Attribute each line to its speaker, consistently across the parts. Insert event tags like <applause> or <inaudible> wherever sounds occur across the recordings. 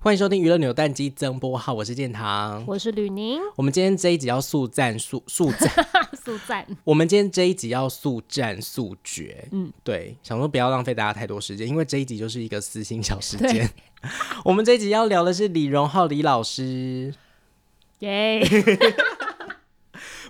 Speaker 1: 欢迎收听娱乐扭蛋机增播号，我是建堂。
Speaker 2: 我是吕宁，
Speaker 1: 我们今天这一集要速战速速战，
Speaker 2: <laughs> 速赞。
Speaker 1: 我们今天这一集要速战速决，嗯，对，想说不要浪费大家太多时间，因为这一集就是一个私心小时间。 <laughs> 我们这一集要聊的是李荣浩李老师，
Speaker 2: 耶、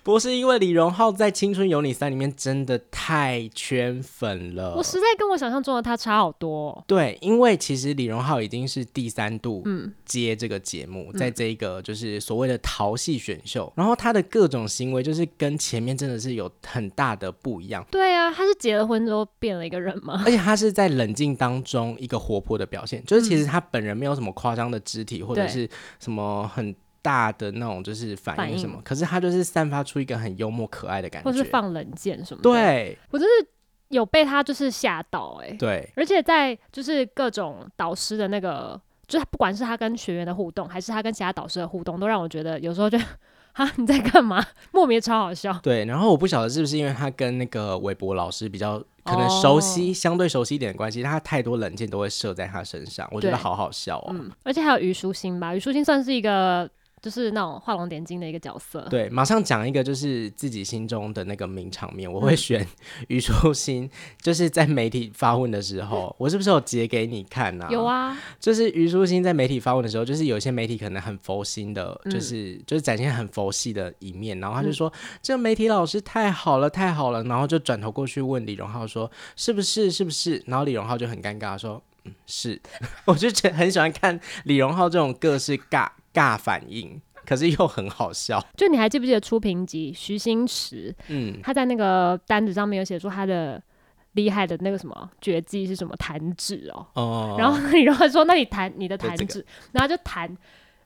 Speaker 1: 不是因为李荣浩在《青春有你三》里面真的太圈粉了
Speaker 2: 我。实在跟我想象中的他差好多、哦。
Speaker 1: 对，因为其实李荣浩已经是第三度
Speaker 2: 嗯
Speaker 1: 接这个节目，在这一个就是所谓的淘系选秀，然后他的各种行为就是跟前面真的是有很大的不一样。
Speaker 2: 对啊，他是结了婚之后变了一个人吗？
Speaker 1: 而且他是在冷静当中一个活泼的表现，就是其实他本人没有什么夸张的肢体或者
Speaker 2: 嗯对
Speaker 1: 是什么很大的那种就是反
Speaker 2: 反
Speaker 1: 应
Speaker 2: 应
Speaker 1: 什么，可是他就是散发出一个很幽默可爱的感
Speaker 2: 或是
Speaker 1: 觉。
Speaker 2: 放冷箭什么的？，
Speaker 1: 对
Speaker 2: 我真是有被他就是吓到哎、
Speaker 1: 对
Speaker 2: 而且在就是各种导师的那个，就是不管是他跟学员的互动，还是他跟其他导师的互动，都让我觉得有时候就 <laughs> 哈你在干嘛？ <laughs> 莫名超好笑。
Speaker 1: 对，然后我不晓得是不是因为他跟那个韦伯老师比较可能
Speaker 2: 哦
Speaker 1: 熟悉、相对熟悉一点的关系，他太多冷箭都会射在他身上，我觉得
Speaker 2: 对
Speaker 1: 好好笑哦。
Speaker 2: 嗯，而且还有虞书欣吧，虞书欣算是一个就是那种画龙点睛的一个角色。
Speaker 1: 对，马上讲一个就是自己心中的那个名场面，我会
Speaker 2: 嗯
Speaker 1: 选虞书欣，就是在媒体发问的时候，我是不是有截给你看呢、
Speaker 2: 有，啊，
Speaker 1: 就是虞书欣在媒体发问的时候，就是有一些媒体可能很佛心的，
Speaker 2: 嗯
Speaker 1: 就是、就是展现很佛系的一面，然后他就说、这媒体老师太好了，太好了，然后就转头过去问李荣浩说是不是是不是，然后李荣浩就很尴尬地说。嗯，是， <laughs> 我就觉得很喜欢看李荣浩这种各式尬尬反应，可是又很好笑。
Speaker 2: 就你还记不记得初评集徐新池，
Speaker 1: 嗯，
Speaker 2: 他在那个单子上面有写出他的厉害的那个什么绝技是什么弹指哦，
Speaker 1: 哦，
Speaker 2: 然后李荣浩说：“那你弹你的
Speaker 1: 对
Speaker 2: 弹
Speaker 1: 这个
Speaker 2: 指。然后就弹。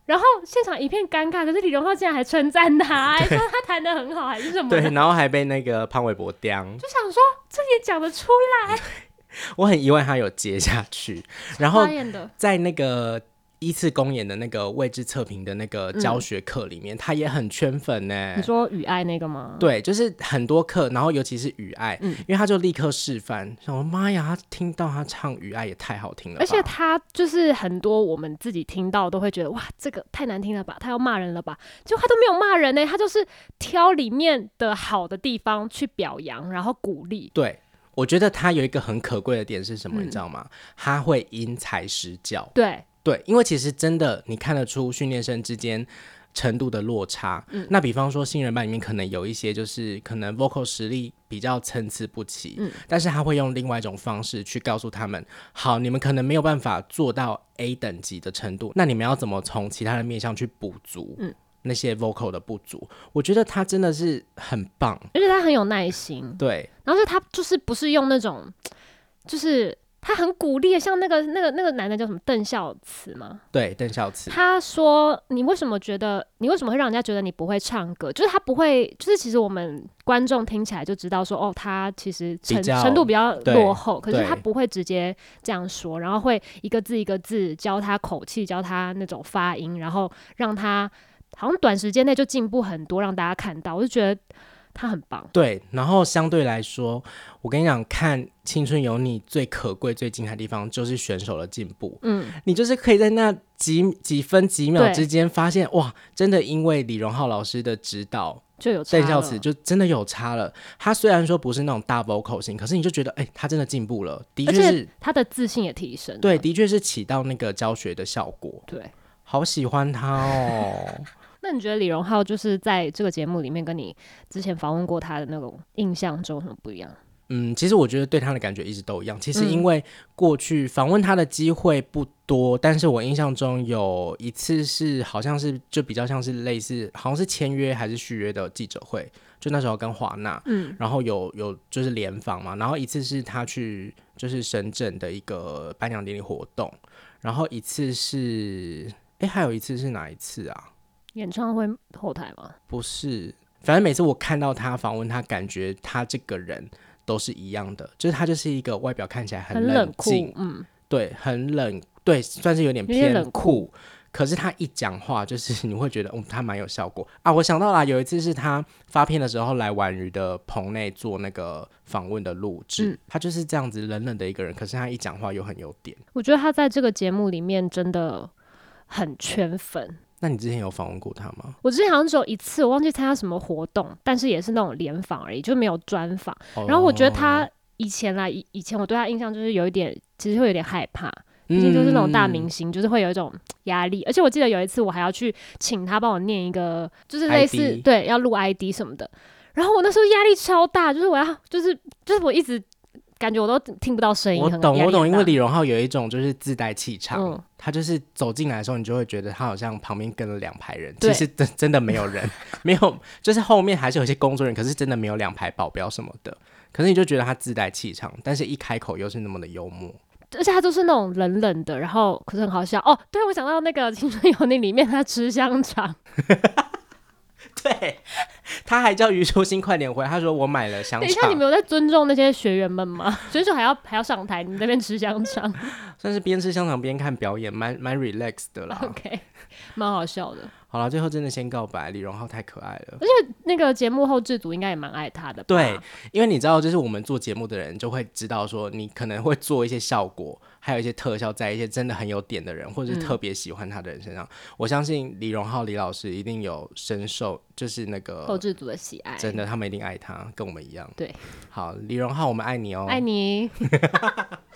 Speaker 2: 然后现场一片尴尬，可是李荣浩竟然还称
Speaker 1: <laughs>
Speaker 2: 赞他，哎还说他弹的很好，还是什么
Speaker 1: 对
Speaker 2: 的，，
Speaker 1: 然后还被那个潘玮柏刁，
Speaker 2: 就想说这也讲得出
Speaker 1: 我很意外他有接下去。然
Speaker 2: 来，
Speaker 1: 后嗯
Speaker 2: 发言的，
Speaker 1: 在那个依次公演的那个位置测评的那个教学课里面，他也很圈粉呢、
Speaker 2: 嗯你说雨爱那个吗？嗯
Speaker 1: 对，就是很多课，然后尤其是雨爱，因为他就立刻示范，想我妈呀，他听到他唱雨爱也太好听了吧，
Speaker 2: 而且他就是很多我们自己听到都会觉得哇，这个太难听了吧，他要骂人了吧？结果他都没有骂人呢、欸他就是挑里面的好的地方去表扬，然后鼓励。
Speaker 1: 对。我觉得他有一个很可贵的点是什么，
Speaker 2: 嗯
Speaker 1: 你知道吗？他会因材施教。
Speaker 2: 对，
Speaker 1: 对，因为其实真的你看得出训练生之间程度的落差。那比方说新人班里面可能有一些就是可能 vocal 实力比较参差不齐，但是他会用另外一种方式去告诉他们，好，你们可能没有办法做到 A 等级的程度，那你们要怎么从其他的面向去补足？那些 vocal 的不足，我觉得他真的是很棒，
Speaker 2: 而且他很有耐心，
Speaker 1: 对，
Speaker 2: 然后是他就是不是用那种，就是他很鼓励，像那个那个那个男的叫什么邓孝慈吗？
Speaker 1: 对，邓孝慈，
Speaker 2: 他说：“你为什么觉得你为什么会让人家觉得你不会唱歌？就是他不会，就是其实我们观众听起来就知道说，哦，他其实程
Speaker 1: 比较
Speaker 2: 程度比较
Speaker 1: 对
Speaker 2: 落后，可是
Speaker 1: 对
Speaker 2: 他不会直接这样说，然后会一个字一个字教他口气，教他那种发音，然后让他好像短时间内就进步很多，让大家看到。我就觉得他很棒，
Speaker 1: 对，然后相对来说，我跟你讲，看《青春有你》最可贵、最精彩的地方就是选手的进步。
Speaker 2: 嗯，
Speaker 1: 你就是可以在那几几分几秒
Speaker 2: 对
Speaker 1: 之间发现，哇，真的因为李荣浩老师的指导，
Speaker 2: 就有差
Speaker 1: 邓孝
Speaker 2: 了
Speaker 1: 慈就真的有差了。他虽然说不是那种大 vocal 型，可是你就觉得，哎、他真的进步了，的
Speaker 2: 而
Speaker 1: 确
Speaker 2: 且
Speaker 1: 是，
Speaker 2: 他的自信也提升了，
Speaker 1: 对，的确是起到那个教学的效果。
Speaker 2: 对。
Speaker 1: 好喜欢他哦，
Speaker 2: 那你觉得李荣浩就是在这个节目里面跟你之前访问过他的那种印象中有什么不一样？
Speaker 1: 嗯，其实我觉得对他的感觉一直都一样。其实因为过去访问他的机会不多，但是我印象中有一次是好像是就比较像是类似，好像是签约还是续约的记者会，就那时候跟华纳，嗯，然后有有就是联访嘛，然后一次是他去就是深圳的一个颁奖典礼活动，然后一次是，诶，还有一次是哪一次啊？
Speaker 2: 演唱会后台吗？
Speaker 1: 不是，反正每次我看到他访问他，感觉他这个人都是一样的，就是他就是一个外表看起来
Speaker 2: 很
Speaker 1: 冷
Speaker 2: 冷酷
Speaker 1: 静，，
Speaker 2: 嗯，
Speaker 1: 对，很冷，对，算是有点
Speaker 2: 有点
Speaker 1: 偏
Speaker 2: 冷
Speaker 1: 酷。可是他一讲话，就是你会觉得，嗯，他蛮有效果啊！我想到啦，有一次是他发片的时候来婉瑜的棚内做那个访问的录制，
Speaker 2: 嗯
Speaker 1: 他就是这样子冷冷的一个人，可是他一讲话又很有点。
Speaker 2: 我觉得他在这个节目里面真的很圈粉。
Speaker 1: 那你之前有访问过他吗？
Speaker 2: 我之前好像只有一次，我忘记参加什么活动，但是也是那种联访而已，就没有专访。然后我觉
Speaker 1: 哦
Speaker 2: 得他以前啦，以以前我对他印象就是有一点，其实会有点害怕，
Speaker 1: 毕
Speaker 2: 毕竟就是那种大
Speaker 1: 嗯
Speaker 2: 明星，就是会有一种压力。而且我记得有一次我还要去请他帮我念一个，就是类似
Speaker 1: ID
Speaker 2: 对要录 ID 什么的。然后我那时候压力超大，就是我要就是就是我一直感觉我都听不到声音，
Speaker 1: 我
Speaker 2: 很
Speaker 1: 懂，
Speaker 2: 压
Speaker 1: 我
Speaker 2: 力
Speaker 1: 懂，
Speaker 2: 很
Speaker 1: 因为
Speaker 2: 大
Speaker 1: 李荣浩有一种就是自带气场，
Speaker 2: 嗯
Speaker 1: 他就是走进来的时候，你就会觉得他好像旁边跟了两排人，
Speaker 2: 对
Speaker 1: 其实真真的没有人， <laughs> 没有，就是后面还是有一些工作人员，可是真的没有两排保镖什么的，可是你就觉得他自带气场，但是一开口又是那么的幽
Speaker 2: <laughs>
Speaker 1: 默，
Speaker 2: 而且他就是那种冷冷的，然后可是很好笑哦。对，我想到那个《青春有你》里面他吃香肠，
Speaker 1: 对，他还叫虞书欣快点回来，他说我买了香
Speaker 2: 等一下你
Speaker 1: 肠，
Speaker 2: 们有在尊重那些学员
Speaker 1: <laughs>
Speaker 2: 们吗？选手还要还要上台，你在那边吃香肠
Speaker 1: 算是边吃香肠边看表演，蛮蛮 relax 的啦。
Speaker 2: <laughs> ，OK，蛮好笑的。
Speaker 1: 好了，最后真的先告白，李荣浩太可爱了。
Speaker 2: 那个节目后制组应该也蛮爱他的吧，
Speaker 1: 对，因为你知道，就是我们做节目的人就会知道说，你可能会做一些效果，还有一些特效，在一些真的很有点的人，或者是特别喜欢他的人身上。我相信李荣浩李老师一定有深受，就是那
Speaker 2: 后
Speaker 1: 个
Speaker 2: 制组的喜爱，
Speaker 1: 呃真的，他们一定爱他，跟我们一样。
Speaker 2: 对，
Speaker 1: 好，李荣浩，我们爱你哦，
Speaker 2: 爱你。